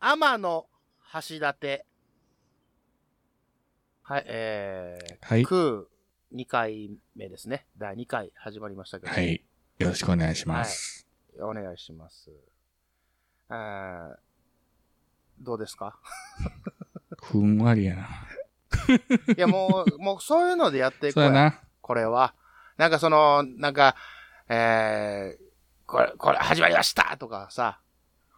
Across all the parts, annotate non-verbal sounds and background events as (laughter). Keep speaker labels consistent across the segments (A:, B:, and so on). A: 天野橋立。はい、えー、
B: はい。
A: 空2回目ですね。第2回始まりましたけど。
B: はい。よろしくお願いします。
A: お願いします。あーどうですか
B: ふんわりやな。
A: いや、もう、 (laughs) もうそういうのでやっていこ
B: そう
A: う
B: や
A: や。
B: な。
A: これは。なんかその、なんか、えー、これ、これ、始まりましたとかさ。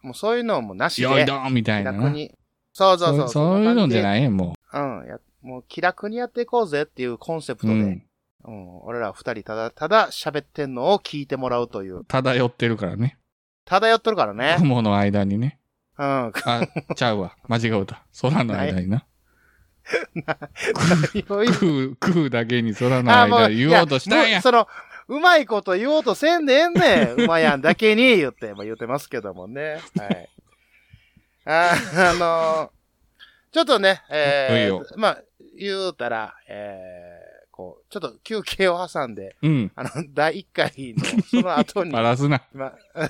A: もうそういうのもなしで。
B: よいどんみた
A: 気
B: いなな。
A: 楽に。そうそうそ。
B: そううそういうのじゃ
A: い。
B: ないやんも
A: うん。やもう気楽にやっていこうぜっていうコンセプ
B: う。
A: ト
B: う
A: で、うん
B: ん。
A: 俺ら二人ただただ喋ってんのを聞いてもらうという。
B: 漂ってるからね。
A: 漂っとるからね。
B: 雲の間にね。 (laughs)
A: うん。
B: あ、ちゃ
A: (laughs)
B: うわ。間違うた。空の間にな。 (laughs)
A: 何を言う
B: 空、空だけに空の
A: あも
B: 間言おうとしたん
A: い
B: や
A: もう。その、うまいこと言おうとせんでええんねん。うまやんだけに言って、まあ、言ってますけどもね。はい。ああのちょっとね、
B: いい
A: え
B: よ
A: ー、まあ、言うたら、えー、こう、ちょっと休憩を挟んで、
B: うん。
A: あの、第1回の、その後に、
B: バラすな。
A: まあ、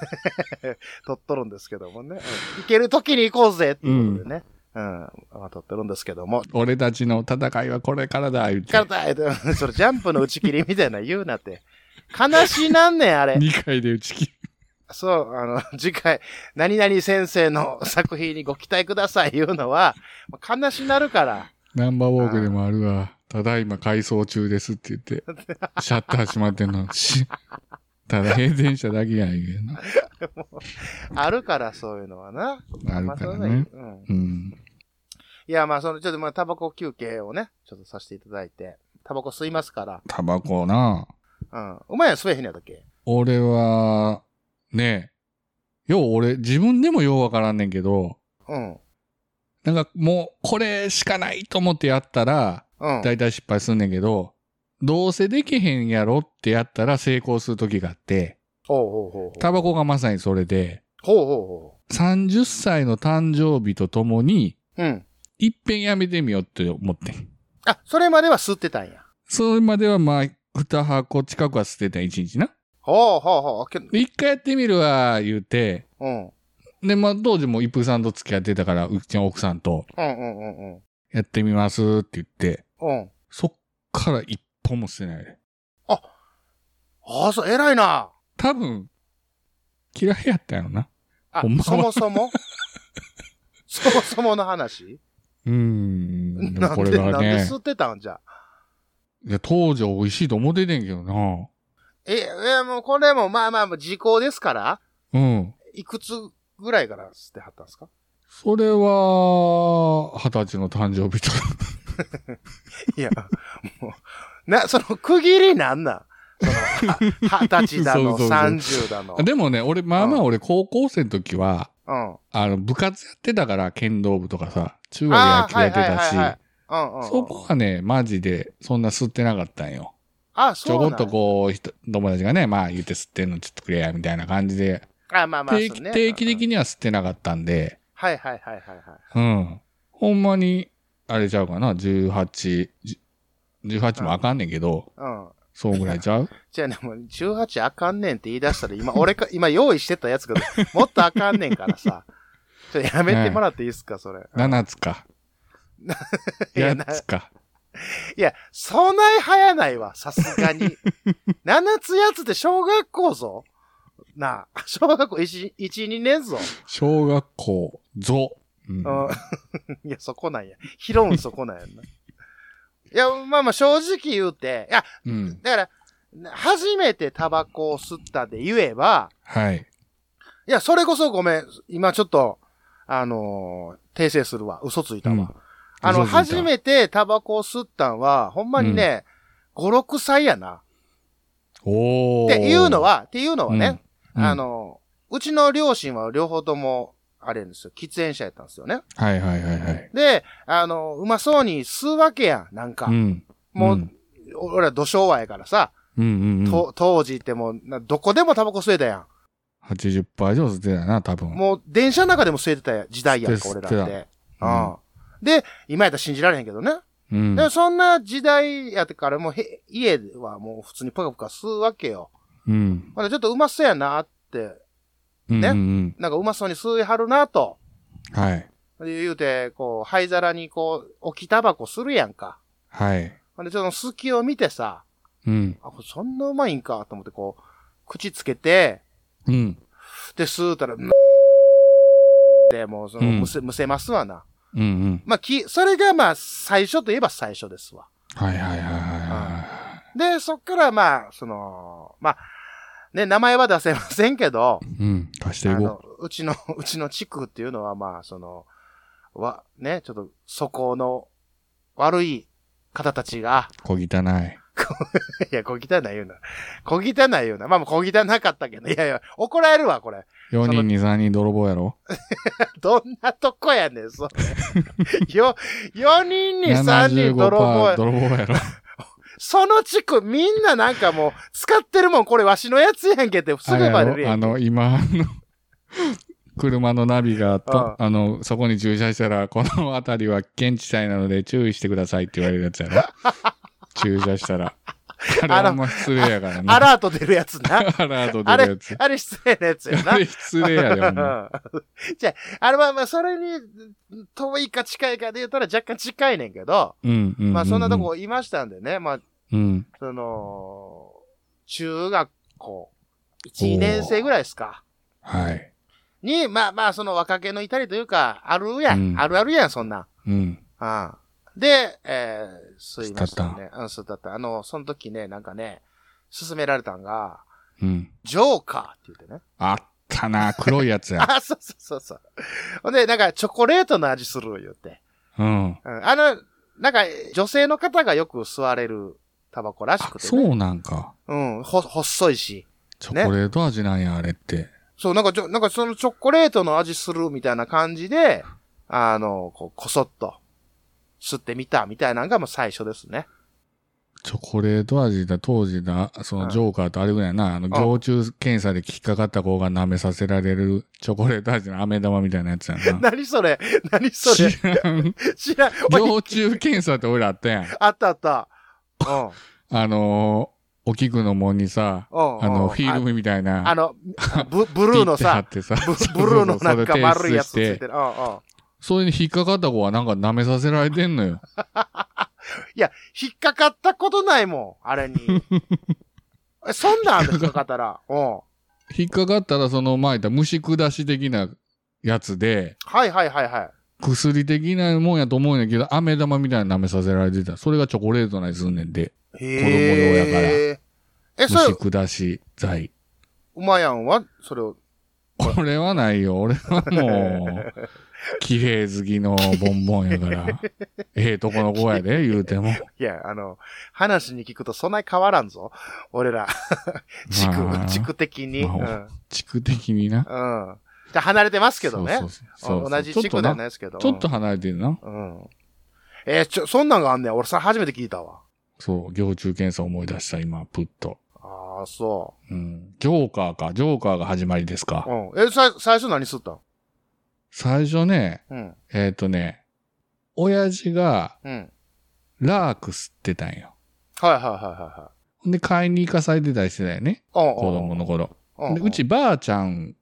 A: (laughs) 撮っとるんですけどもね。うん行ける時に行こうぜっていうことでね。うん。まあ、撮ってるんですけども。
B: 俺たちの戦いはこれからだ、言うて。
A: 体、えっと (laughs) それジャンプの打ち切りみたいなの言うなって。悲しなんねん、あれ。
B: 2回で打ち切る。
A: そう、あの、 (laughs) 次回、何々先生の作品にご期待ください言うのは、まあ悲しなるから。
B: ナンバーウォークでもあるわ。ただいま改装中ですって言って、シャッター閉まってんの。 (laughs) しただ閉店しただけやん言うな。
A: あるから、そういうのはな。
B: ある
A: まあ
B: か
A: そ
B: ら
A: んな
B: ね。
A: うん。
B: うん。
A: いや、まあ、その、ちょっとまあ、タバコ休憩をね、ちょっとさせていただいて。タバコ吸いますから。
B: タバコな。
A: うん。うまいやん吸えへんやったっけ
B: 俺は、ねえ。よう俺、自分でもようわからんねんけど、
A: うん。
B: なんかもう、これしかないと思ってやったら、
A: うん。
B: だいたい失敗すんねんけど、どうせできへんやろってやったら成功する時があって、
A: ほうほうほうほう。
B: タバコがまさにそれで、
A: ほうほうほ
B: 30歳の誕生日とともに、
A: う。うん。
B: いっぺんやめてみようって思ってん。
A: あ、それまでは吸ってたんや。
B: それまではまあ、二箱近くは捨てた、一日な。
A: ほうほうほう。け
B: で一回やってみるわ、言うて。
A: うん。
B: で、まあ、当時も一風さんと付き合ってたから、うちの奥さんと、
A: うんうんうんうん。
B: やってみますって言って、
A: うん。
B: そっから一本も捨てないで。
A: ああ、そう、偉いな。
B: 多分、嫌いやったやろな。
A: あ
B: ほん、まは
A: そもそ (laughs) もそもそもの話
B: うーん。で
A: な
B: もこ
A: ん
B: れ
A: で、な
B: が
A: んで
B: ね、
A: 吸ってたんじゃ。
B: いや当時は美味しいと思っててんけどな。
A: え、いやもうこれもまあまあまあ時効ですから、
B: うん。
A: いくつぐらいから吸ってはったんですか
B: それは、二十歳の誕生日と。
A: いや、もう、 (laughs) な、その区切りなんなんその、は二十歳だ (laughs)
B: そ
A: の、
B: うそうそう
A: 三十だの。
B: でもね、俺、まあま
A: う
B: あ
A: ん
B: 俺、高校生の時は、
A: うん。
B: あの、部活やってたから、剣道部とかさ、中
A: あ
B: 学野球やってた
A: あはいは
B: し、
A: いはいはいうんうんうん。
B: そこはね、マジで、そんな吸ってなかったんよ。
A: あ、
B: ち
A: そ
B: ょ
A: う
B: こ
A: なん
B: っ
A: や
B: とこう、ひと友達がね、まあ言って吸ってんのちょっとくれや、みたいな感じで、
A: あ、まあまあ、
B: 定
A: そ
B: 期
A: うね
B: 定期的
A: うんうん
B: には吸ってなかったんで、
A: はいはいはいはいはい。
B: うん。ほんまに、あれちゃうかな、18、じ18もあかんねんけど、
A: うん。
B: そうぐらいちゃう
A: じゃあね、 (laughs) もう18あかんねんって言い出したら、今、俺か、今用意してたや
B: (laughs)
A: つが、もっとあかんねんからさ。ちょ、やめてもらっていいっすか、それ。
B: ?7 つか。
A: (laughs) いやな
B: 8つか。
A: いや、そんなに早ないわ、さすが
B: (laughs)
A: に。7つやつって小学校ぞ。なあ、小学校1、1 2年ぞ。
B: 小学校、ぞ。うん
A: うん。い (laughs) や、そこなんや。拾うんそこなんやんな。いや、まあまあ、正直言うて、いや、
B: うん。
A: だから、初めてタバコを吸ったで言えば、
B: はい。
A: いや、それこそごめん。今ちょっと、あのー訂正するわ。嘘ついたわ。
B: うん
A: あの、
B: 嘘ついた
A: 初めてタバコを吸ったんは、ほんまにね、5、6歳やな。
B: お
A: っ
B: ー。
A: ていうのは、っていうのはね、
B: うん、
A: あのーうちの両親は両方とも、あれですよ、喫煙者やったんですよね。
B: うん。はいはいはいはい。
A: で、あのーうまそうに吸うわけやん、なんか。
B: うん。
A: もう、
B: うん
A: 俺ら土昭和やからさ、
B: うんうんうん。
A: と当時ってもう、などこでもタバコ吸えたやん。
B: 80%以上吸ってたな、多分。
A: もう電車の中でも吸えてた時代やんか、
B: 吸って
A: 俺
B: た
A: らって。う
B: うん
A: ん。で、今やったら信じられへんけどね。
B: うん
A: でもそんな時代やってからもうへ、家はもう普通にポカポカ吸うわけよ。
B: うん。
A: まだちょっとうまそうやなって、
B: うん
A: ね
B: うんうん
A: なんかうまそうに吸いはるなと。
B: はい。
A: 言うて、こう、灰皿にこう、置きタバコするやんか。
B: はい。
A: ほんで、その隙を見てさ、
B: うん。
A: あ、これそんなうまいんかと思ってこう、口つけて、
B: うん。
A: で、吸うたら、うんで、もう、その、
B: うん
A: むせ、むせますわな。
B: うんうん。
A: まあ、き、それがまあ、最初といえば最初ですわ。
B: はいはいはいはいは
A: で、そっからまあ、その、まあ、ね、名前は出せませんけど、
B: い。うん。貸し
A: あ
B: ていこ
A: の、うちの、 (laughs) うちの地区っていうのはまあ、その、わ、ね、ちょっと、素行の悪い方たちが、
B: う。小汚い。
A: いや、小汚い言うな。小汚い言うな。まあ、小汚かったけど、いやいや、怒られるわ、これ。
B: 4人に3人泥棒やろ
A: どんなとこやねん、それ。よ、4人に3人泥棒
B: ?75% 泥棒やろ
A: その地区みんななんかもう、使ってるもん、これわしのやつやんけって、す
B: あれ
A: ぐ
B: や
A: バレる
B: ろ
A: や
B: あ
A: ん。
B: の、今、あの、 (laughs) 車のナビがと、あの、そこに駐車したら、この辺りは危険地帯なので注意してくださいって言われるやつ
A: (laughs)
B: やろ駐車したら。あれ
A: あの
B: あんま失礼やからな。
A: アラート出るやつな。
B: (laughs) アラート
A: あ
B: 出る
A: れ
B: やつ、。
A: あれ失礼なやつや
B: あ
A: な
B: れ。失礼やで、ほんま。
A: (laughs) じゃあ、あれはまあ、それに、遠いか近いかで言ったら若干近いねんけど、
B: うんうんうんうん。
A: まあ、そんなとこいましたんでね、まあ、
B: うん。
A: その、中学校、1、2年生ぐらいですか。
B: はい。
A: に、まあまあ、その若気の至りというか、あるやん。
B: うん
A: あるあるやん、そんなん。
B: うん。
A: ああで、えー、吸いました
B: 吸
A: ね。うん、吸ったった。あの、その時ね、なんかね、勧められたんが、
B: うん。
A: ジョーカーって言ってね。
B: あったな、黒いやつや。
A: あ、そうそうそうそう。ほんで、なんか、チョコレートの味する、言って。
B: うん。
A: うん、あの、なんか、女性の方がよく吸われるタバコらし
B: あ
A: くて、ね。
B: そうなんか。
A: うん、ほ、細いし。
B: チョコレート味なんや、あれって。
A: そう、なんかちょ、なんかそのチョコレートの味するみたいな感じで、あの、こう、こそっと、吸ってみたみたいなのがもう最初ですね。 (laughs)
B: チョコレート味だ、当時だ、そ
A: うん
B: のジョーカーとあれぐらいやな、あの、
A: ん
B: 行中検査で引っかかった子が舐めさせられるチョコレート味の飴玉みたいなやつやな。
A: 何それ何それ
B: 知ら
A: (laughs)
B: ん。
A: 知らん。おい
B: 行中検査って俺らあったやん。
A: あったあった。うん。うん
B: あのー、お菊の門にさ、
A: うん。
B: あの、フィルムみたい
A: あ。あ
B: な、
A: の、ブブルーのさ、
B: ピッて貼ってさ、
A: ブブルーのなんか丸いやつつ
B: そうそうそうそれ提出
A: い
B: して
A: る。うんうん。
B: それに引っかかった子はなんか舐めさせられてんのよ。
A: いや、引っかかったことないもん、あれに。えそんなんあんの引っかかったら。うん。
B: 引っかかったらその前言った虫下し的なやつで、
A: はいはいはいはい。
B: 薬的なもんやと思うんやけど、飴玉みたいな舐めさせられてた。それがチョコレートなりすんねんで。
A: 子
B: 供用やから
A: ら。え、そ
B: 虫
A: れ、
B: 下し剤。
A: うまやんはそれを。
B: これはないよ。俺はもう、綺麗好きのボンボン
A: (laughs)
B: やから。ええとこの子やで、言うても。
A: いや、あの、話に聞くとそんなに変わらんぞ。俺ら。地
B: ま
A: 区、
B: あ
A: 地区的に。う
B: ま
A: ん。う
B: あ
A: ん。
B: 地区的にな。
A: じゃあ離れてますけどね。
B: そうそうそうそう
A: 同じ地区ではないで
B: ちょっ
A: すけど。
B: とな。ちょっと離れてるな。
A: うん。うん。えーちょ、そんなんがあんねん。俺さ、初めて聞いたわ。
B: そう、行中検査思い出した、今、プッと。
A: ああ、そ
B: うん。ジョーカーか。ジョーカーが始まりですか
A: う。。うん。え、さ、最初何すったん
B: 最初ね、
A: うん。
B: えっ、とね、親父が
A: うん。
B: ラーク吸ってたんよ。
A: はいはいはいはいはい。
B: ほんで、買いに行かされてたりしてたよね。
A: 子
B: 子供の頃。
A: うん
B: で、うち。ばあちゃん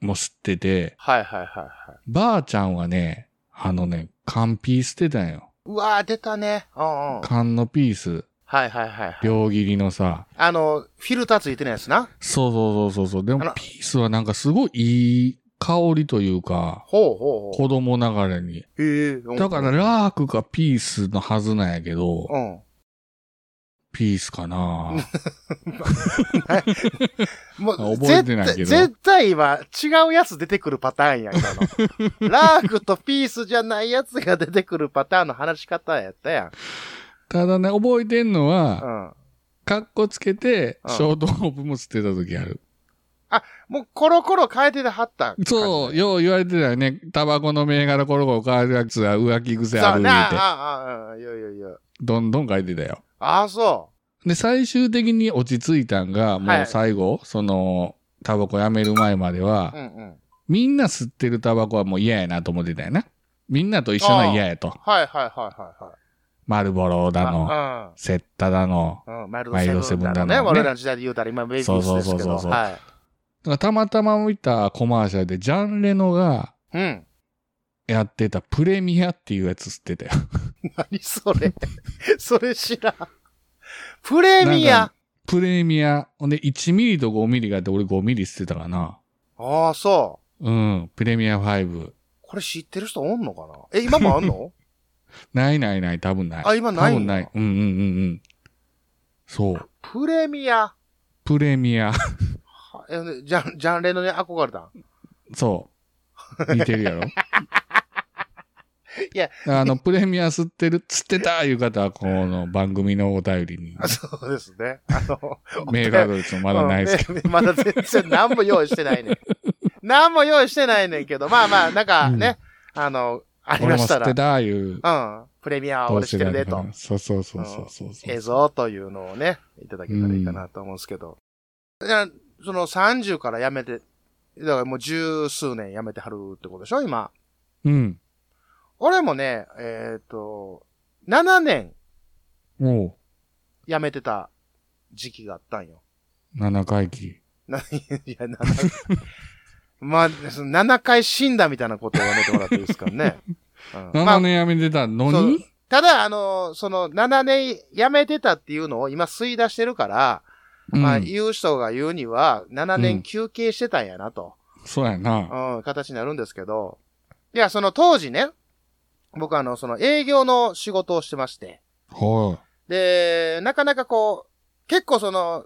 B: も吸ってて、
A: はいはいはいはい。
B: ばあちゃんはね、あのね、缶ピー捨てたんよ。
A: うわー、出たね。うんうん。はい
B: 缶のピース、
A: はいはいはい。
B: 両切りのさ。
A: あの、フィルターついてないやつな。
B: そうそうそうそうそう。で
A: あ
B: も
A: ら、
B: ピースはなんかすごいいい香りというか、
A: ほうほうほ
B: 子供ながらに。
A: う。へえ。うん
B: だから、、ラークかピースのはずなんやけど、
A: うん。
B: ピースかな
A: も
B: あ
A: う、
B: 覚えてない
A: 絶
B: けど
A: 対絶対今、違うやつ出てくるパターンやん、今の。
B: (laughs)
A: ラークとピースじゃないやつが出てくるパターンの話し方やったやん。
B: ただね、覚えてんのは、
A: うん。
B: カッコつけて、
A: うん
B: ショートホープも捨てた時ある。
A: もう、コロコロ変えててはった。
B: そう、よう言われてたよね。タバコの銘柄コロコロ変わるやつは浮気癖あ
A: さあ
B: る
A: な
B: 言うて。
A: あ、ああ、ああ、いやいやいや。
B: どんどん書いてたよ。
A: ああ、そ
B: で、最終的に落ち着いたんが、
A: は
B: も
A: いう
B: 最後、その、タバコやめる前までは
A: う。う、んうん。
B: みんな吸ってるタバコはもう嫌やなと思ってたよな。みんなと一緒なの嫌やと。
A: はいはいはいはいはい。
B: マルボロだの、
A: あ
B: セッタだの。
A: うん。うん、マイル
B: マイル
A: ド
B: ド
A: セ
B: セ
A: ブ
B: ブ
A: ン
B: ン
A: だ
B: だ
A: ね。
B: ね
A: 我らの時代で言うたら今、ベイビースです
B: そう
A: け
B: そ
A: ど。
B: うそうそう
A: はい。
B: だからたまたま見たコマーシャルで、ジャンレノが、
A: うん。
B: やってたプレミアっていうやつ吸ってたよ。
A: 何それそれ知らん。プレミ
B: なん
A: ア
B: かプレミア。ほんで、1ミリと5ミリがあって、俺5ミリ吸ってたからな。
A: ああ、そう。
B: うん。プレミア5。
A: これ知ってる人おんのかなえ、今もあんの
B: ないないない、多分ない。
A: あ今ない
B: 多
A: んだ
B: 分ない。うんうんうんうん。そう。
A: プレミア。
B: プレミア。 (laughs)
A: はえジャン、ジャンレノに憧れたん
B: そう。似てるや
A: (laughs)
B: ろい
A: や。
B: あの、プレミア吸ってる、吸ってたいう方は、この番組のお便りに、
A: あそうですね。あの、
B: メールアドレスもまだないですけど。
A: うんね (laughs) まだ全然何も用意して
B: (laughs)
A: ないねん。何も用意してないねんけど、まあまあ、なんかね、あの、あり
B: 俺
A: ま
B: も
A: した
B: 吸って
A: ら、
B: たいう、
A: うん、プレミアは俺知ってるでと、
B: そうそうそうそうそうそう。
A: ええぞというのをね、いただけたらいいかなと思うんですけど。じゃあその30からやめて、だからもう十数年やめてはるってことでしょ、今。
B: うん。
A: 俺もね、えっ、と、7年
B: おう、
A: やめてた時期があったんよ。
B: 7回忌。
A: な、いや、7回。まあ、その7回死んだみたいなことをやめてもらっていいですから
B: (laughs)
A: ね。うん、ま
B: 7
A: あ、
B: 年やめてたの
A: そう
B: に、
A: ただ、あの、その、7年やめてたっていうのを今吸い出してるから、
B: うん
A: まあ、言う人が言うには、7
B: うん
A: 年休憩してたんやなと、
B: そうや
A: う
B: な。
A: ん、形になるんですけど、いや、その当時ね、僕はあの、その営業の仕事をしてまして、
B: ほ
A: で、なかなかこう、結構その、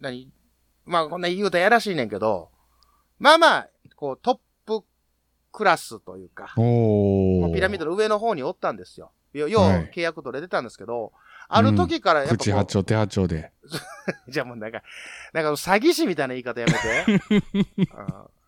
A: 何まあこんな言うたらやらしいねんけど、まあまあ、こうトップクラスというか
B: う。、お
A: も
B: う
A: うピラミッドの上の方におったんですよ。よ、よう
B: はい
A: 契約取れてたんですけど、ある時からやっぱ
B: 口
A: こ
B: 八
A: う、
B: 丁手八丁で。
A: じゃあもうなんか、なんか詐欺師みたいな言い方やめ (laughs) て。うん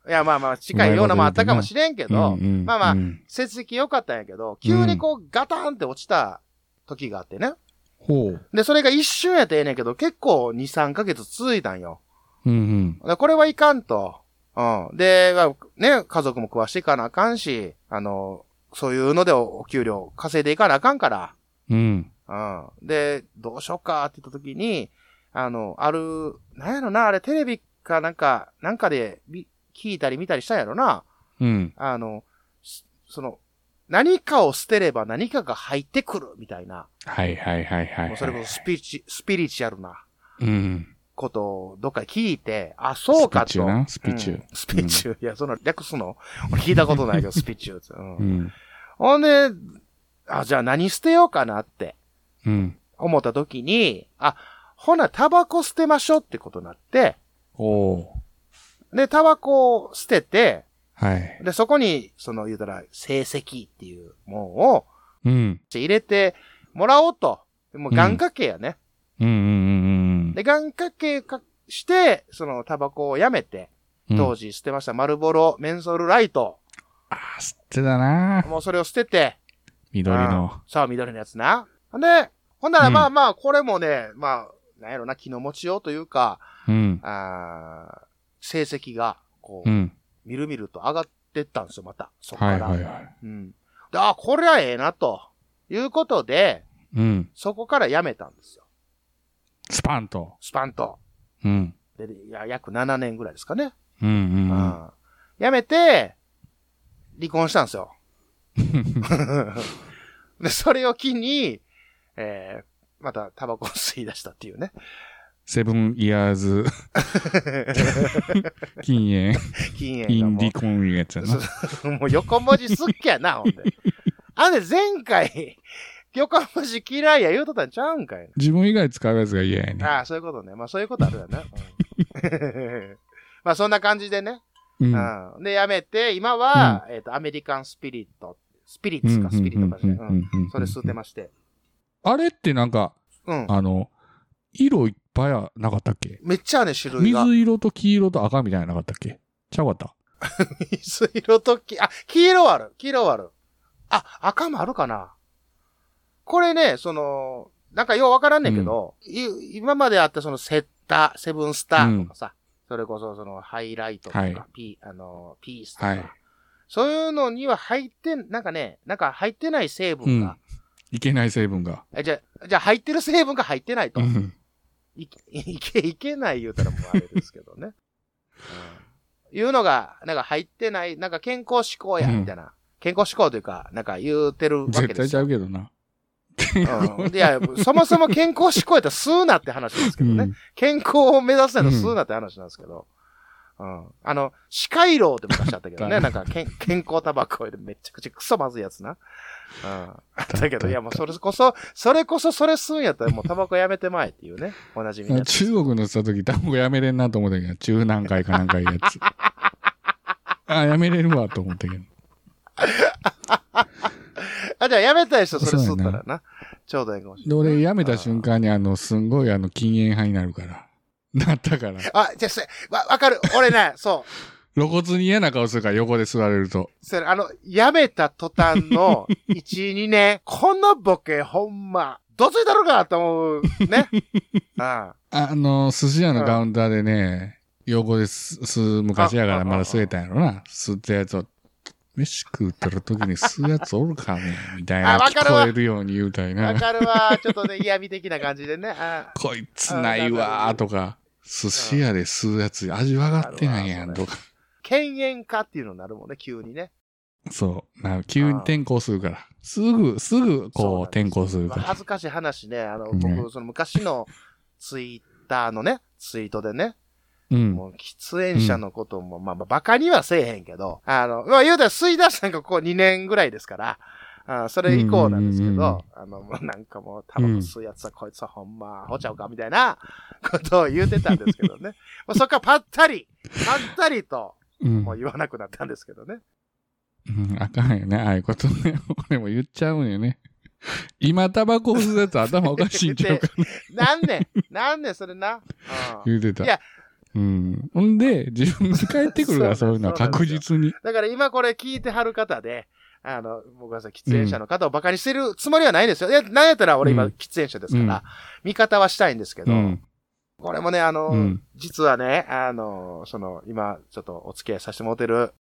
A: いやまあまあ近いようなもんあったかもしれんけ
B: うん
A: ど、
B: うん
A: まあまあ
B: うん
A: 成績良かったんやけど、急にこうガタンって落ちた時があってね。
B: ほう。
A: で、それが一瞬やったらええねんけど、結構2、3ヶ月続いたんよ。
B: うん
A: でこれはいかんと。うん。で、まあね、家族も食わしていかなあかんし、あの、そういうのでおお給料稼いでいかなあかんから。
B: うん。う
A: う
B: ん。
A: ん。で、どうしようかって言った時に、あの、ある、なんやろな、あれテレビかなんか、なんかでみ聞いたり見たりしたんやろな。
B: うん。
A: あの、すその、何かを捨てれば何かが入ってくるみたいな。
B: はいはいはいはいはい。
A: もうそれこそスピリチ、スピリチュアルな。
B: うん。
A: ことをどっかで聞いて、あ、そうかと。
B: スピチュなスピチュ
A: うんスピチュ。いや、その略すの俺聞いたことないけ
B: (laughs)
A: ど、スピチュって。うん
B: うん。
A: ほんで、あ、じゃあ何捨てようかなって
B: うん。
A: 思った時に、あ、ほな、タバコ捨てましょうってことになって、
B: おう。
A: で、タバコを捨てて、
B: はい。
A: で、そこに、その、言うたら、成績っていうもんを
B: うん。
A: 入れてもらおうと。もう願掛けやね。
B: うんうんうん
A: で、願掛けかして、その、タバコをやめて、
B: うん。
A: 当時
B: 時。
A: 捨てました、マルボロメンソールライト。
B: ああ、吸ってたな。
A: もうそれを捨てて、
B: 緑の。
A: さあ緑のやつな。で、ほんなら
B: うん
A: まあまあ、これもね、まあ、なんやろな、気の持ちようというか、
B: うん。
A: あー成績が、こう
B: う、ん。
A: みるみると上がってったんですよ、また。そこか
B: はい
A: ら。
B: はいはい。
A: うん。で、あー、これはええな、ということで、
B: うん。
A: そこから辞めたんですよ。
B: スパンと。
A: スパンと。
B: うん。
A: で、いや約7年ぐらいですかね。
B: うんうん
A: う
B: うん。
A: ん。辞めて、離婚したんですよ。
B: (laughs)
A: (laughs) で、それを機に、えー、またタバコを吸い出したっていうね。
B: セブンイヤー
A: (laughs)
B: ズ。禁煙。
A: 禁
B: イ
A: 煙が
B: ン
A: も
B: ディコンいうやつやな。
A: う、 (laughs) もう横文字すっきやな、ほんで。あんで前回、横文字嫌いや言うとったんちゃうんかい
B: 自分以外使うやつが嫌やね
A: な。。ああ、そういうことね。まあそういうことあるよね。うん (laughs) まあそんな感じでね。
B: うん。
A: うん。で、やめて、今は、えっ、と、アメリカンスピリット、スピリッツか、スピリットかしらね。うん。
B: ん
A: それ吸ってまして。
B: あれってなんか、
A: うん。
B: あの、色いっぱいはなかったっけ
A: めっちゃね、種類が。
B: 水色と黄色と赤みたいなのなかったっけちゃうかった
A: 水色とき、あ、黄色はある。黄色はある。あ、赤もあるかな。これね、その、なんかようわからんねんけど、い今まであったそのセッター、セブンスターとかさ、それこそそのハイライトとか、
B: はい
A: ピあのピースとか、
B: はい
A: そういうのには入ってん、なんかね、なんか入ってない成分が、
B: いけない成分が。
A: えじゃ、じゃあ入ってる成分が入ってないと。
B: うん
A: いけ、いけ、いけない言うたらもうあれですけどね。うん、いうのが、なんか入ってない、なんか健康志向や、みたいな健康志向というか、なんか言うてるわけ
B: 絶
A: で
B: 対
A: す
B: ちゃうけどな。
A: よ。うん、いや、そもそも健康志向やったら吸うなって話ですけ
B: う
A: どね。
B: ん。
A: 健康を目指すなら吸うなって話なんですけど。うん。あの、歯科医療って昔あったけどね。
B: あ
A: な
B: っ
A: んかけん、健康タバコでめちゃくちゃクソまずいやつな。うん。あったけど、いやもうそれこそ、それこそそれ吸うんやったらもうタバコやめてまえっていうね。おなじみのやつ。
B: 中国のした時、単語やめれんなと思ったけど、中何回かなんかいうや
A: (laughs)
B: つ。あ、やめれるわと思ったけど。
A: あ、じゃあやめたい人それ吸
B: そうや
A: った
B: な
A: らな。ちょうどいいかもしれ
B: で、
A: ない。
B: 俺、やめた瞬間に、あの、すんごい、あの、禁煙派になるから。なったから。
A: あ、じゃあせ、わ、わかる。俺ね、 (laughs) そう。
B: 露骨に嫌な顔するから、横で座れると。
A: それ、あの、やめた途端
B: (laughs)
A: の1、2年、このボケほんま、どついたろかと思う
B: (laughs)
A: ね。あ
B: あの、寿司屋のカウンターでね、横です、す、昔やか
A: ああ
B: らまだ吸えたんやろな。吸ったやつを、飯食うたる時に吸うやつおるかね、みたい
A: あ
B: な。
A: わか
B: 聞
A: るわ
B: こえるように言うたい
A: あ、わ
B: な。
A: かるわ。ちょっとね、嫌味的な感じでね。あ
B: こいつないわーとか、寿司屋で吸うやつ味わかってないやんとか。
A: 犬猿化っていうのになるもんね、急にね。
B: そう。な急に転校するから。すぐ、すぐ、こう、転校する
A: ま
B: か
A: あ
B: ら。
A: 恥ずかしい話ね、あの、
B: ね
A: 僕、その昔のツイッターのね、ツイートでね、
B: うん。
A: もう喫煙者のことも、まあまあ、バカにはせえへんけど、あの、まあ言うたら吸い出したのがここ2年ぐらいですから、あーそれ以降なんですけ
B: うんうんうんうん
A: ど、あの、もうなんかもう、タバコ吸うやつはこいつはほんま、アホちゃうか、みたいなことを言うてたんですけど
B: (laughs)
A: ね。まあそっからぱったり、ぱったりと、
B: うん
A: もう。言わなくなったんですけどね。
B: うん、あかんよね。ああいうことね。 (laughs) 俺も言っちゃうんよね。今、タバコ吸うやつ頭おかしいんちゃうかな。
A: なんねん、なんねん、それな。うん
B: 言うてた。
A: いや
B: うん。ほんで、自分で帰ってくるから、
A: (laughs) そ
B: そうう
A: ないん
B: う
A: です
B: のは確実に。
A: だから今これ聞いてはる方で、あの、僕はさ、喫煙者の方をバカにしてるつもりはないんですよ。いや、なんやったら俺今
B: うん
A: 喫煙者ですから、
B: うん
A: 味方はしたいんですけど、
B: うん。
A: これもね、あの、
B: うん
A: 実はね、あの、その、今、ちょっとお付き合いさせてもらってる、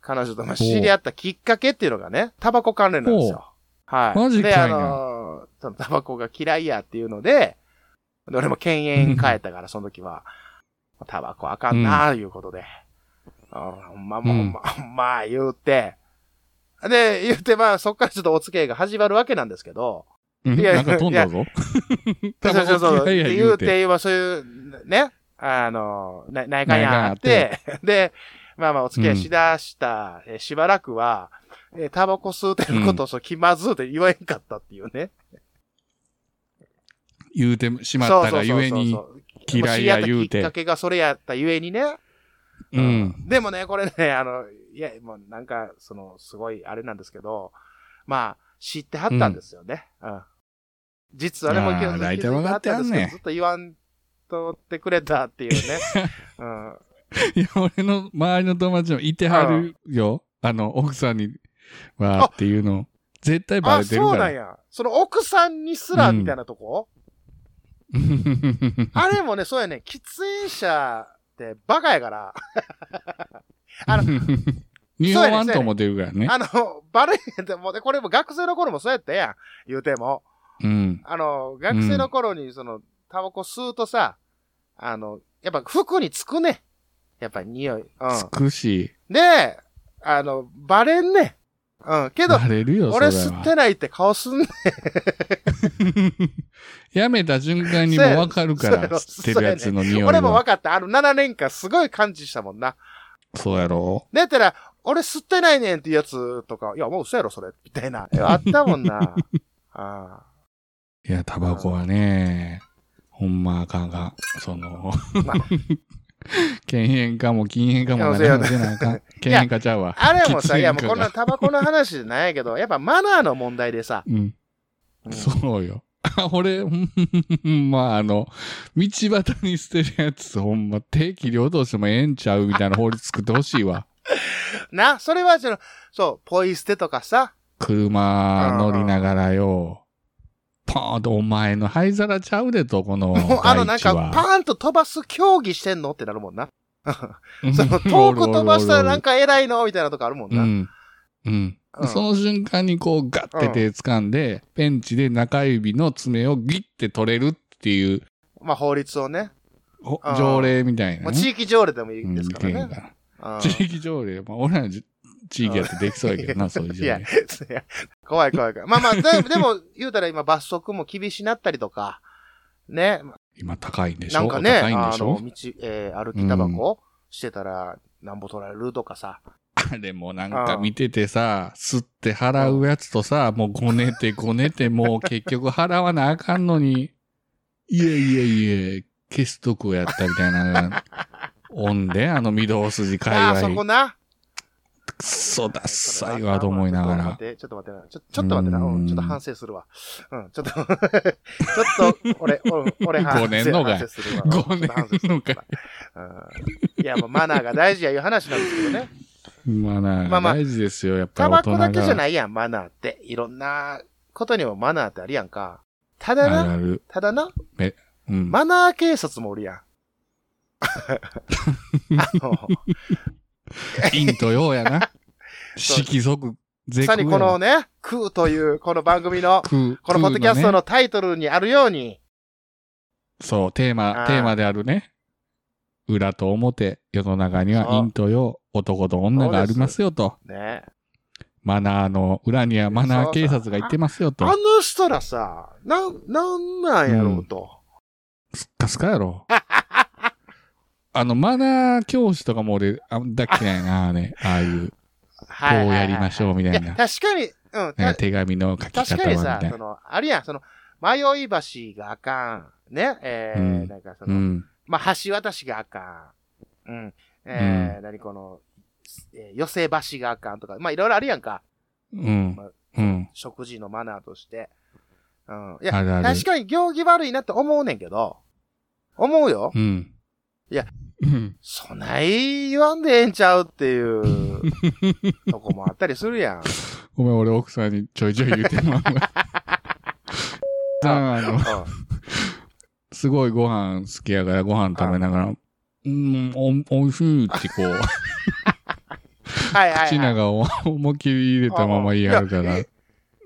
A: 彼女とまあ
B: ほう
A: 知り合ったきっかけっていうのがね、タバコ関連なんですよ。はい。
B: マジかい
A: で、
B: な
A: あの、そのタバコが嫌いやっていうので、で俺も犬猿変えたから、その時は、タバコあかんなあ、いうことで。あほんま、もうほんま、ほんま、言うて。で、言うて、まあ、そっからちょっとお付き合いが始まるわけなんですけど、
B: うん
A: いや
B: なんか飛んだ
A: そ
B: ぞ。
A: うそうそう。
B: タバコ嫌いや
A: 言
B: 言
A: う
B: うて。
A: て、今そういう、ね、あの、な内観やあって
B: 内、
A: で、まあまあお付き合いしだした、えしばらくは、えタバコ吸うてることをそう気まずうて言わへんかったっていうね。
B: 言うて
A: そ
B: しま
A: う
B: った
A: そ
B: が
A: うそう
B: ゆえ
A: そう
B: に。嫌いや言
A: 知り合ったきっ
B: う
A: てか。けがそれやったゆえにね。
B: うん。
A: でもね、これね、あ (laughs) の、いや、もうなんか、その、すごい、あれなんですけど、まあ、知ってはったんですよね。うん。実はね、
B: あー
A: もう気づ
B: 大
A: 気
B: 体
A: づいて
B: 分か
A: は
B: っ
A: ってた
B: は
A: んで
B: ん
A: す
B: ね
A: けど、ずっと言わんとってくれたっていう
B: (laughs)
A: ね。うん。
B: いや、俺の周りの友達もいてはるよ。あの、奥さんに、わーっていうの。絶対バ
A: あ、
B: レてる
A: そう
B: か
A: なん
B: ら。
A: や。その奥さんにすら、みたいなとこ、
B: (laughs)
A: あれもね、そうやね、喫煙者ってバカやから、あの
B: 日本ワンと思ってるからね。
A: あの、バレへんって、もう、でこれも学生の頃もそうやったやん。言うても。
B: うん。
A: あの、学生の頃に、その、タバコ吸うとさ、あの、やっぱ服につくね。やっぱ匂い。うん。
B: つくし、
A: で、あの、バレんね。うん。けど
B: バ、レるよ、それ
A: 俺吸って
B: は。
A: ないって顔すんね。
B: (laughs) やめた瞬間にもうわかる
A: (laughs)
B: か
A: そうや
B: ら、
A: ろ
B: 吸ってるやつの匂い
A: 俺も分
B: は。
A: かった。あの、7年間すごい感じしたもんな。
B: そうやろ
A: だったら、俺吸ってないねんっていうやつとか、いや、もう嘘やろ、それ。みたいな。あったもん
B: (laughs)
A: な。あ
B: いや、タバコはね、ほんまあかんが、その
A: まあ、
B: 禁煙かも禁煙かも
A: いや
B: 何も出なあかん。禁煙かちゃうわ。
A: あれも
B: 喫煙
A: さ、
B: 家
A: いや、もうこんな
B: が
A: タバコの話じゃないけど、やっぱマナーの問題でさ。
B: うん。
A: うん
B: そうよ。 (laughs) 俺、うんまあ、あの、道端に捨てるやつ、ほんま、定期両どうしてもええんちゃうみたいな法律作ってほしいわ。
A: な、それはその、そう、ポイ捨てとかさ。
B: 車乗りながらよ、ポーンとお前の灰皿ちゃうでと、この
A: もう、あの、な
B: 外
A: んか、
B: 地
A: パ
B: は。
A: ーンと飛ばす競技してんのってなるもんな。
B: うん
A: そ
B: (laughs)
A: の、遠く飛ばしたらなんか偉いのみたいなとこあるもん
B: う
A: な。
B: ん。うん。
A: うん
B: その瞬間にこうガッて手掴んで、ペンチで中指の爪をギッて取れるっていう
A: まあ、法律をね。
B: ほ
A: うん
B: 条例みたい
A: も
B: な
A: う
B: ね、
A: 地域条例でもいい
B: うん
A: ですから
B: できへん
A: ね。
B: から
A: うん
B: 地域条例、まあ、俺らじ地域やってできそうやけどな、そういう
A: い
B: 時
A: や、 (laughs)
B: 代
A: い。や怖い怖い怖い。まあ
B: (laughs)
A: まあ、ででも、言うたら今罰則も厳しなったりとか、ね、
B: 今高いんでしょ
A: なんかね、
B: 高いん
A: あ
B: でし
A: の、
B: ょ
A: 道、えー歩きタバコしてたら、なんぼ取られるとかさ。
B: あれもなんか見ててさ、吸って払うやつとさ、もうごね
A: (laughs)
B: てごねて、もう結局払わなあかんのに、いえいえいえ、消すとこやったみたいな。おんで、あの御堂筋界
A: ああ、そ
B: 隈
A: こ。な。
B: くそダッサいわと思いながら。
A: ちょっと待って、ちょっと待ってな。ちょちょっと待ってな。
B: う
A: うんん、ちょっと反省するわ。うん、ちょっと、ちょっと、 (laughs) 俺、俺、
B: (laughs)
A: 俺反省
B: ごねんのかい
A: 反省するわ。
B: ごねんのかい
A: ちょっと反省するわうんいや、もうマナーが大事やいう話なんですけど
B: (laughs)
A: ね。
B: まあな、
A: まあまあ
B: 大事ですよ、やっ
A: タ
B: ぱり大
A: バ
B: 人
A: コだけじゃ
B: が。
A: ないやん、マナーって。いろんなことにもマナーってあるやんか。ただ
B: ある
A: な、
B: ある。
A: ただな、
B: うん。
A: マナー警察もおる
B: (laughs)
A: やん。あの、
B: 陰と陽やな。
A: (laughs) そう
B: 色即是
A: まさにこのね、空という、この番組の、このポッドキャスト
B: の。
A: のタイトルにあるように、
B: そう、テーマ、
A: あー
B: テーマであるね。裏と表、世の中には
A: そう
B: 陰と陽、男と女がありますよと。
A: ね。
B: マナーの裏にはマナー警察が言ってますよと。
A: あの人らさ、なん、なんなんやろうと。
B: すっかすか
A: (laughs)
B: やろ。あの、マナー教師とかも俺、あんだっけないな、
A: (laughs)
B: ね。ああいう、こう
A: はいはいはい
B: やりましょうみた
A: い
B: い
A: や、
B: な。
A: 確かに、うん、
B: なんか
A: た
B: 手紙の書き方
A: 確
B: は
A: かに
B: み
A: さ
B: たい、
A: そ
B: な。
A: の、あるやん、その、迷い橋があかん。ね、えー
B: うん
A: なんかそうの、
B: ん。
A: まあ、橋渡しがあかん。うん。えー何この、えー寄せ橋があかんとか、まあ、いろいろあるやんか。
B: うん
A: まあ。
B: うん。
A: 食事のマナーとして。うん。いや、
B: あるある
A: 確。かに行儀悪いなって思うねんけど、思うよ。
B: うん。
A: いや。
B: うん。
A: そない言わんでええんちゃうって
B: (laughs)
A: いう、とこもあったりするやん。
B: ごめん、俺奥さんにちょいちょい言ってまうわ。
A: (laughs)
B: さああの、
A: う
B: すごいご飯好きやからご飯食べながら、うん、お、おいしいってこう、
A: んはいはい、はい。
B: 口長を思いっきり入れたまま言い張るか
A: あ
B: ら、
A: あい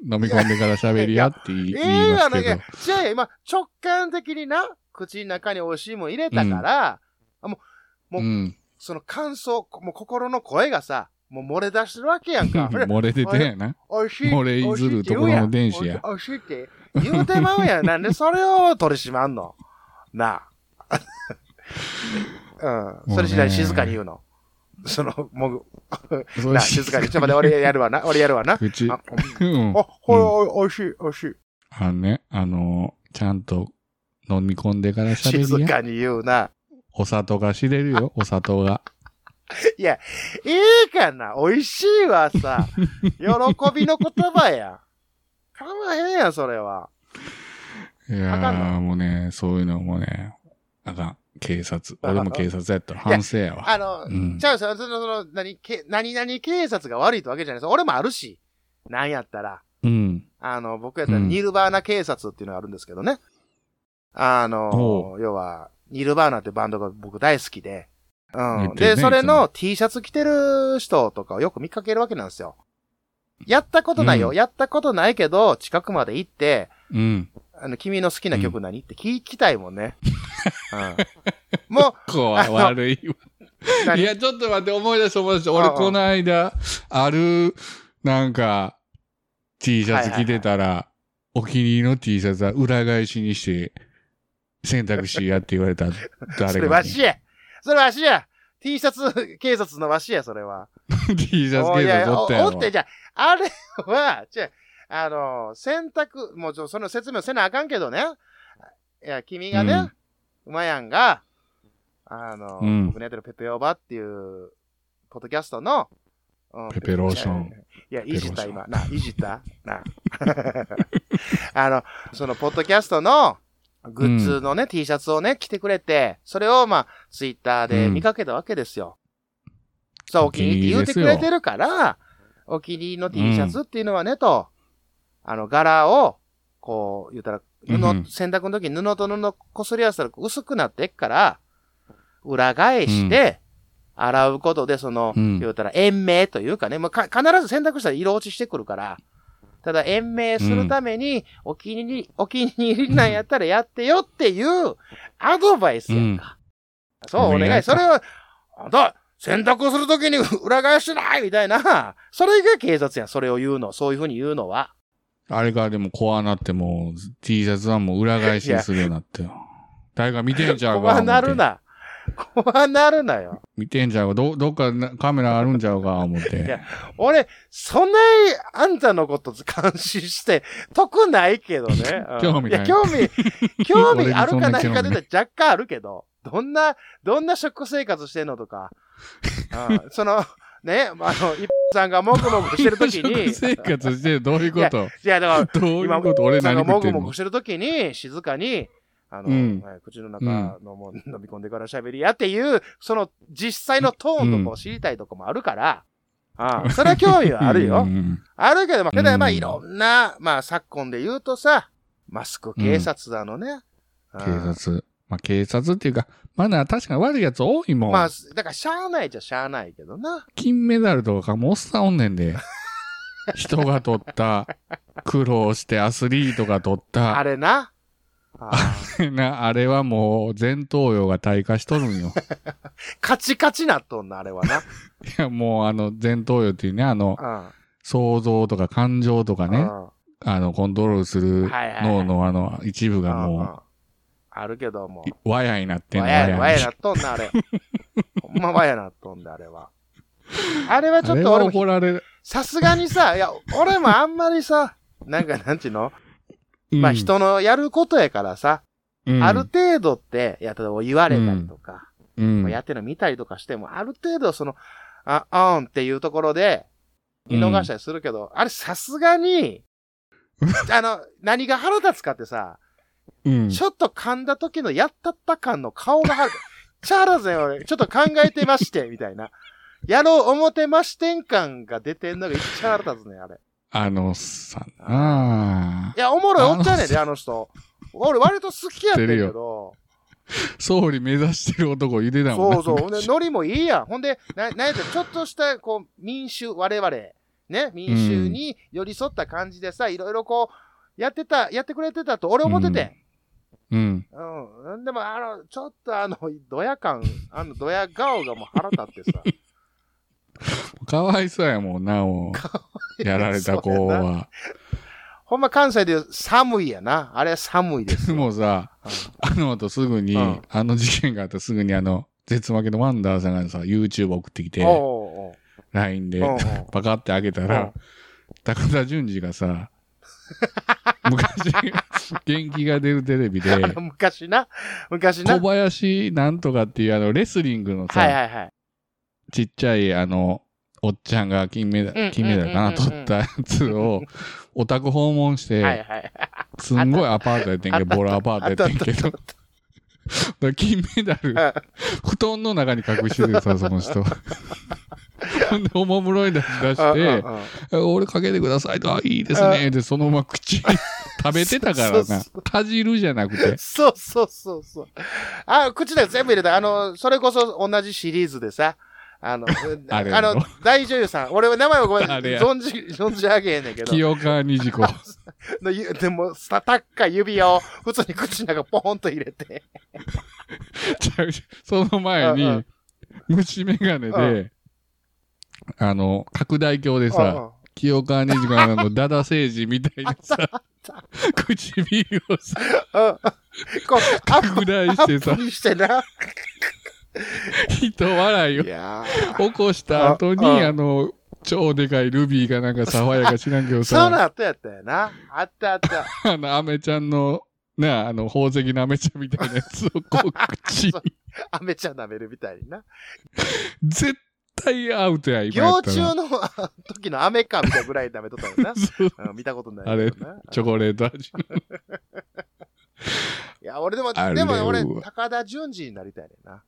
B: 飲み込んでから喋りやって言い
A: え
B: 言い
A: え
B: ま
A: わ
B: す
A: な
B: け
A: んか
B: ど、、
A: じゃあ今、直感的にな、口の中に美味しいもん入れたから、も
B: うん。
A: その感想、もう心の声がさ、もう漏れ出してるわけやんか。
B: (laughs) 漏れててやな。
A: 美味しい。
B: 漏れいずるところの
A: 美
B: 電
A: 味し
B: 子
A: いって
B: や。
A: 言うやん美味しいって言うてまうやん。なんでそれを取り締まんのなあ。 (laughs) うん。それ次第静かに言うの。その、も、
B: そうう
A: なあ、静かに。ちょっと待って、俺やるわな。俺やるわな。
B: 口、
A: あ、
B: うん。
A: お、ほい、おいしい、おいしい。
B: あのね、あのー、ちゃんと飲み込んでから喋り
A: 静
B: や。
A: かに言うな。
B: お砂糖が知れるよ、お砂糖が。
A: いいかな美味しいは
B: (laughs)
A: さ、喜びの言葉や。かまへんやん、それは。
B: いや
A: あかん
B: ー
A: の
B: もうね、そういうのもね、あかん。警察。
A: あかん
B: 俺も警察やったら反省やわ。
A: あの、
B: うん
A: ちゃうさ、その、その、何、け、何々警察が悪いってわけじゃないです。俺もあるし、なんやったら。
B: うん。
A: あの、僕やったら
B: うん
A: ニルバーナ警察っていうのがあるんですけどね。あの
B: お、
A: 要は、ニルバーナってバンドが僕大好きで。う
B: 言っ
A: ん。
B: てるね
A: で、それ
B: いつ
A: の T シャツ着てる人とかをよく見かけるわけなんですよ。やったことないよ。
B: うん
A: やったことないけど、近くまで行って、
B: うん。
A: あの、君の好きな曲何、って聞きたいもんね。うん。
B: (laughs)
A: も
B: 怖い、悪いわ。
A: う、何
B: いや、ちょっと待って、思い出して思い出して。俺
A: ああ、
B: この間、ある、なんか、T シャツ着てたら、お気に入りの T シャツは裏返しにして、選択肢やって言われた、
A: (laughs) そ
B: 誰
A: れ
B: か
A: わ
B: に。
A: しやそれわしや !T シャツ警察のわしや、それは。
B: T シャツ
A: おい
B: 着て
A: や
B: たら、
A: お
B: おったや
A: お
B: ろ
A: って、。じゃあ、あれは、じゃあ、あの、選択、もうちょ、その説明せなあかんけどね。いや、君がね、馬やんが、あの、
B: うん
A: 僕のやってるペペオバっていう、ポッドキャストの、うん
B: ペペローション。
A: いや、いじった、
B: ペペロ
A: 今。な、いじったな。 (laughs) あの、その、ポッドキャストの、グッズのね、T シャツをね、着てくれて、それを、まあ、ツイッターで見かけたわけですよ。そう、
B: お
A: お
B: 気
A: 気
B: に
A: に
B: 入
A: 入
B: り
A: り言う
B: で
A: て
B: す
A: く
B: よ
A: れてるから、お気に入りの T シャツっていうのはね、と、あの、柄を、こう、言ったら、布、
B: うん
A: 洗濯の時に布と布こすり合わせたら薄くなってっから、裏返して、洗うことで、その、
B: うん
A: 言うたら、延命というかね、まあ、か必ず洗濯したら色落ちしてくるから、ただ延命するために、お気に入り、お気に入りなんやったらやってよっていうアドバイスやんか。そう、お
B: お願い
A: 願い。
B: か
A: それを、あんた、洗濯するときに裏返しないみたいな、それが警察やん。それを言うの。そういうふうに言うのは。
B: あれからでもコアなってもう T シャツはもう裏返しにするようになってよ。誰か見てんちゃうか
A: 怖
B: 思って
A: なるな。怖なるなよ。
B: 見てんちゃうかど、どっかなカメラあるんちゃうか思っ
A: いや
B: て。
A: 俺、そんなにあんたのこと監視して、得ないけ
B: (laughs)
A: どね。うん
B: 興味ない
A: や、興
B: (laughs)
A: 味、興
B: 俺
A: 味
B: に
A: あるかない
B: そんな興味
A: か
B: な
A: で
B: い
A: 言ったら若干あるけど、どんな、どんな食生活してんのとか、
B: (laughs)
A: うんその、ね、まああの、一さんがもぐもぐしてるときに、
B: 食生活してどういうこと
A: いや、だから、
B: どういうこと俺
A: なん
B: 何
A: か
B: 食
A: も
B: って
A: ぐ
B: ん
A: も
B: の
A: ぐしてるときに、静かに、あの、
B: うん
A: はい口の中のもん (laughs) 飲み込んでから喋りやっていう、その実際のトーンとかを知りたいとかもあるから、ああそれは興味はある
B: う
A: よ
B: ん。うん
A: あるけど、まあ、ただまあ
B: うん
A: いろんな、まあ昨今で言うとさ、マスク警察だのね。うん
B: 警察。まあ警察っていうか、マナー確かに悪いやつ多いもん。
A: まあ、だからしゃあないじゃしゃあないけどな。
B: 金メダルとかもおっさんおんねんで。人が取った、苦労してアスリートが取っ
A: あ
B: た、
A: れな。ああ
B: (laughs) な、あれはもう前頭葉が退化しとるんよ。
A: カチカチなっとんな、あれはな。
B: いや、もうあの前頭葉っていうね、あの、想像とか感情とか
A: うん。う
B: ね、
A: ん
B: あの、コントロールする
A: はいはいはい
B: 脳のあの、一部が
A: うんう
B: も
A: んあるけども
B: う、い、。和やになってんの、
A: わや、わ
B: 和や
A: や
B: に
A: なっとんな、あ
B: (laughs)
A: れ。ほんまわやなっとんだ、あれは。あれはち
B: あ
A: ょっ
B: れ
A: と
B: は
A: 俺も
B: 怒られる。
A: さすがにさ、いや、俺もあんまりさ、なんかなんちゅうの、まあ
B: うん、
A: 人のやることやからさ、
B: うん
A: ある、程度って、いや、例えば言われたりとか、
B: うん
A: まあやってるの見たりとかしても、ある程度その、あ、あんっていうところで、見逃したりするけど、あれさすが
B: (laughs)
A: に、あの、何が腹立つかってさ、
B: うん
A: ちょっと噛んだ時のやったった感の顔が腹立つ。 (laughs) チャラぜん俺、ちょっと考えてまして、みたいな。やろう思てましてん感が出てんのが一番腹立つね、あれ。
B: あのさん、ああ
A: いや、おもろいおっちゃんやで、あの人。俺割と好きやってんけ
B: (laughs) 知ってる
A: ど。
B: 総理目指してる男言ってたもん
A: そうそう。ほんで、
B: 昔
A: ノリもいいやん。ほんで、な、なんやったらちょっとした、こう、民衆、我々、ね、民衆に寄り添った感じでさ、いろいろこう、やってた、やってくれてたと俺思ってて。
B: うん。
A: うん。でも、あの、ちょっとあの、ドヤ感、あの、ドヤ顔がもう腹立ってさ。
B: かわいそうやもんな、もう。 (laughs) やられた
A: (laughs)
B: 子
A: そうやな
B: は。
A: ほんま関西で言う寒いやな。あれは寒いです
B: で
A: よ。
B: もさ、あの後すぐに、
A: うん
B: あの事件があったすぐにあの、絶負けのワンダーさんがさ、YouTube 送ってき
A: うん
B: て、
A: おうおう
B: LINE で
A: おう、おうおう
B: パカって開けた
A: うん
B: ら、高田純次がさ、 (laughs) 昔、元気が出るテレビ
A: あ
B: で、
A: の昔な。昔な。
B: 小
A: は
B: 林なんとかっていうあの、レスリングのさ、
A: いはいはい。
B: ちっちゃいあの、おっちゃんが金メダ
A: うん
B: ル、金メダルか
A: う
B: な、
A: んうんうんうん
B: 取ったやつを、お宅訪問し
A: はい
B: て、
A: はい。
B: すんごいアパートやってんけど、ボロアパートやってんけど、だから (laughs) 金メダル、布団の中に隠しててさ、そ
A: (laughs)
B: の人。ほんで、おもむろい出し出
A: うんうん
B: して、
A: うん
B: 俺かけてくださいと、あ、いいですね。で、そのまま口
A: (laughs)
B: に食べてたから
A: そう
B: な
A: そ。
B: かじるじゃなく
A: (laughs)
B: て。
A: そうそうそうそう。あ、口で全部入れた。あの、それこそ同じシリーズでさ、あの、
B: (laughs) あれ
A: あ
B: やろ
A: の、大女優さん、俺は名前をごめん、
B: あれや
A: 存じ、存じ上げへんねんけど、
B: 清川にじ子。
A: のゆでも、さたっか指輪を普通に口の中ポーンと入れて、
B: ちゃうちゃうその前
A: うんう
B: に
A: ん、
B: 虫眼鏡
A: う
B: で、あの、拡大鏡で
A: うんう
B: さ、
A: ん
B: 清川にじ子のあ
A: (laughs)
B: の、ダダ政治みたいなさ、唇をさ、
A: うんこう、アップ
B: 拡、大
A: ア
B: して
A: ッ
B: さ
A: プ、にしてな。
B: 人笑いを
A: いや
B: 起こした後に、
A: あ
B: あの、超でかいルビーがなんか爽やか知らんけど
A: ー、そ
B: さ、
A: の後やったよな。あったあった。
B: (laughs) あの、アメちゃんの、なあ、あの、宝石のアメちゃんみたいなやつをこう、口
A: (laughs)
B: に
A: そう、アメちゃん舐めるみたいにな。
B: 絶対アウトや、今や
A: 幼
B: った
A: 虫
B: ら。。
A: のあ時のアメかみたいなぐらい舐めとったよな
B: (laughs) そう
A: うん見たことないけどな。
B: チョコレート味。
A: (laughs) いや、俺でも、
B: あれ
A: でも俺
B: う、わ
A: 高田純次になりたいねんな。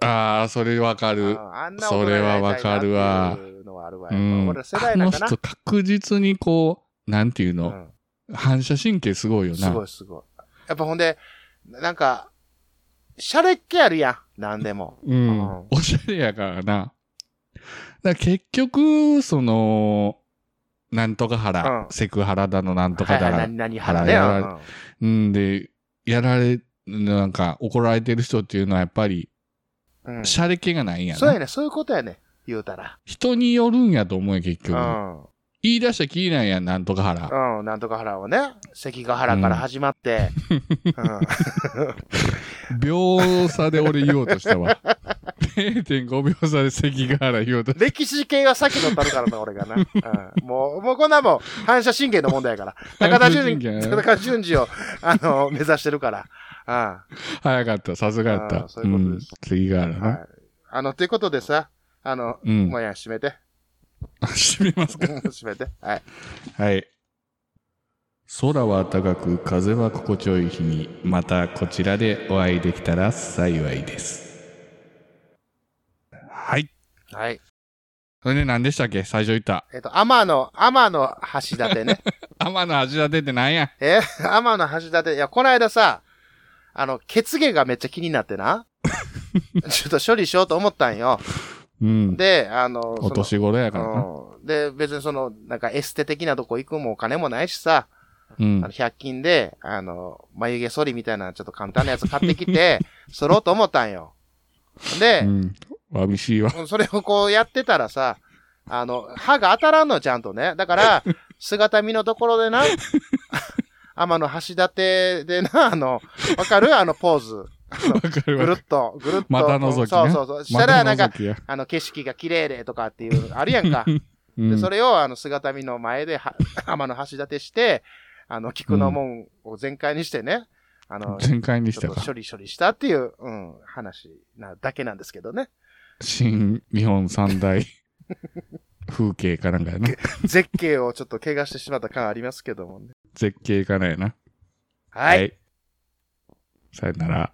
B: ああ、それわかる。
A: ああんな
B: それはわかるわ
A: 大人になりたいなっていうのはあるわ。
B: う
A: やっぱ
B: ん。
A: 俺ら世代
B: あ
A: な
B: の
A: んかな
B: 人。確実にこう、なんていう
A: う
B: の、
A: ん
B: 反射神経すごいよ
A: すご
B: な。
A: いすごい。やっぱほんで、なんか、シャレっ気あるやん。なんでも。
B: う
A: うん
B: ん。おしゃれやからな。だから結局、その、なんとか
A: うん
B: 腹、セクハラだの、なんと
A: は
B: か
A: いは
B: だ
A: い、
B: ら
A: 何、何腹ね。
B: 腹
A: う
B: やら
A: ん
B: うんで、やられ、なんか怒られてる人っていうのはやっぱり、
A: うん。そ
B: 洒落気がないんや
A: うや
B: な。
A: ね、そういうことやね。言うたら。
B: 人によるんやと思うよ、結
A: う
B: 局。
A: ん。
B: 言い出したきりなんや、なんとか原。
A: うん、なんとか原はね、関ヶ原から始まって、うん。
B: 秒差で俺言おうとし
A: (laughs)
B: たわ。0.5秒差で関ヶ原言おうと。
A: 歴史系は先取ったるからな、俺がな。うん、もう、もうこんなもん、反射神経の問題やから。高田
B: 反射
A: 純
B: 神経
A: 次、
B: ね
A: 高田純次を、あの、目指してるから。あ
B: 早かった、さすがやっ
A: あー
B: た。
A: そういうことです
B: ん関ヶ原
A: あ、
B: な。
A: はい。あの、ということでさ、あの、
B: うん (laughs)
A: も。うや、閉めて。 (laughs)
B: 閉めますか。
A: 閉めて。はい。
B: はい。空は高く、風は心地よい日に、またこちらでお会いできたら幸いです。はい。
A: はい。
B: それで何でしたっけ最初言った。
A: えっ、と、天の、天の橋立て
B: (laughs)
A: ね。
B: 天の味立てってなんや
A: え天の橋立て。いや、この間さ、あの、血毛がめっちゃ気になって
B: (laughs)
A: な。ちょっと処理しようと思ったんよ。
B: うん。
A: で、あの、そ
B: お
A: の
B: 年頃やからな。
A: うんで、別にその、なんかエステ的なとこ行くもお金もないしさ、
B: うん
A: あの、。100均で、あの、眉毛剃りみたいなちょっと簡単なやつ買ってき
B: (laughs)
A: て、剃ろうと思ったんよ。
B: う
A: で、
B: ん。わびしいわ。
A: それをこうやってたらさ、あの、歯が当たらんのよちゃんとね。だ
B: (laughs)
A: から、姿見のところでな、天の橋立てでな、あの、わかるあのポーズ。
B: わかる
A: ぐる
B: わ。
A: っと、ぐるっと。
B: 股覗き
A: そ
B: な
A: うそうそう。したら、な
B: ま
A: ん
B: た
A: か
B: 覗、きや。
A: あの、景色が綺麗でとかっていう、あるやんか。
B: う
A: で、
B: ん
A: それを、あの、姿見の前では、 (laughs) 天の橋立てして、あの、菊の門を全開にしてね、あの、ち
B: 全開にし
A: ょ
B: た
A: っと
B: か。
A: 処理処理したっていう、うん、話なだけなんですけどね。
B: 新日本三大風景かなん
A: (laughs)
B: かやな。
A: 絶景をちょっと怪我してしまった感ありますけどもね。
B: 絶景かなんやな。
A: はい。
B: さよなら。